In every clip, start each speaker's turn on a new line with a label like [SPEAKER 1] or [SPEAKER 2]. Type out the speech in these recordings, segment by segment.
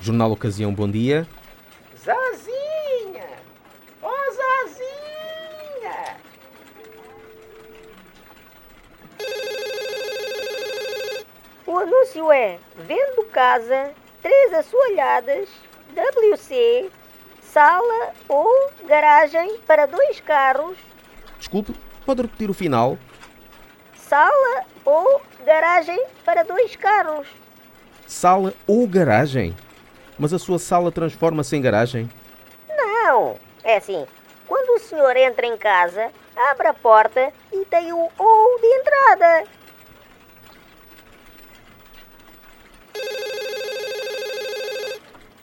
[SPEAKER 1] Jornal Ocasião, bom dia.
[SPEAKER 2] Zazinha! Oh, Zazinha!
[SPEAKER 3] O anúncio é: vendo casa, três assoalhadas, WC, sala ou garagem para dois carros,
[SPEAKER 1] Desculpe, pode repetir o final?
[SPEAKER 3] sala ou garagem para dois carros.
[SPEAKER 1] Sala ou garagem? Mas a sua sala transforma-se em garagem?
[SPEAKER 3] Não, é assim. Quando o senhor entra em casa, abre a porta e tem o ou de entrada.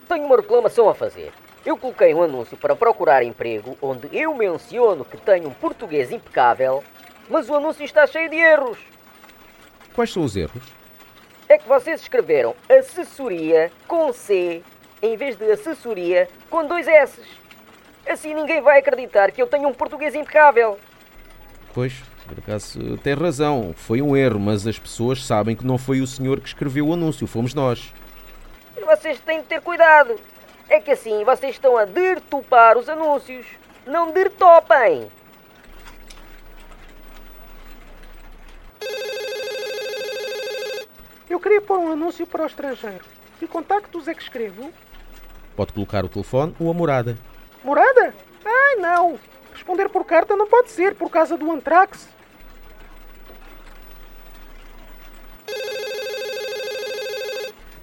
[SPEAKER 2] Tenho uma reclamação a fazer. Eu coloquei um anúncio para procurar emprego onde eu menciono que tenho um português impecável, mas o anúncio está cheio de erros.
[SPEAKER 1] Quais são os erros?
[SPEAKER 2] É que vocês escreveram assessoria com C em vez de assessoria com dois S. Assim ninguém vai acreditar que eu tenho um português impecável.
[SPEAKER 1] Pois, por acaso tem razão, foi um erro, mas as pessoas sabem que não foi o senhor que escreveu o anúncio, fomos nós.
[SPEAKER 2] Mas vocês têm de ter cuidado. É que assim vocês estão a dertopar os anúncios. Não dertopem!
[SPEAKER 4] Eu queria pôr um anúncio para o estrangeiro. Que contactos é que escrevo?
[SPEAKER 1] Pode colocar o telefone ou a morada.
[SPEAKER 4] Morada? Ai, não! Responder por carta não pode ser, por causa do antrax.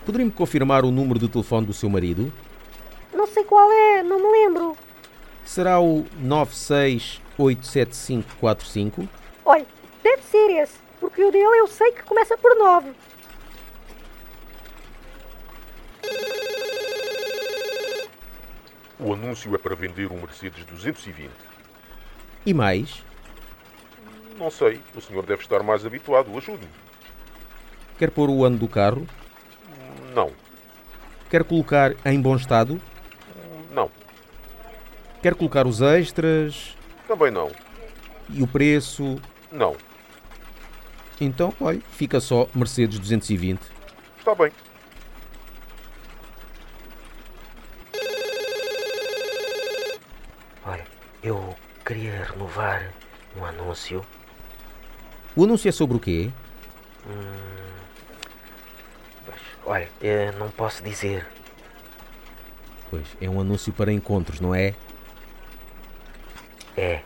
[SPEAKER 1] Poderia-me confirmar o número de telefone do seu marido?
[SPEAKER 3] Não sei qual é, não me lembro.
[SPEAKER 1] Será o 9687545?
[SPEAKER 3] Olha, deve ser esse, porque o dele eu sei que começa por 9.
[SPEAKER 5] O anúncio é para vender um Mercedes 220.
[SPEAKER 1] E mais?
[SPEAKER 5] Não sei, o senhor deve estar mais habituado, ajude-me.
[SPEAKER 1] Quer pôr o ano do carro?
[SPEAKER 5] Não,
[SPEAKER 1] Quer colocar em bom estado?
[SPEAKER 5] não,
[SPEAKER 1] Quer colocar os extras
[SPEAKER 5] também não,
[SPEAKER 1] e o preço?
[SPEAKER 5] não.
[SPEAKER 1] Então, olha, fica só Mercedes 220.
[SPEAKER 5] Está bem.
[SPEAKER 2] Olha, eu queria renovar um anúncio.
[SPEAKER 1] O anúncio é sobre o quê?
[SPEAKER 2] Mas, Hum, olha, eh, não posso dizer.
[SPEAKER 1] Pois, é um anúncio para encontros, não é?
[SPEAKER 2] É,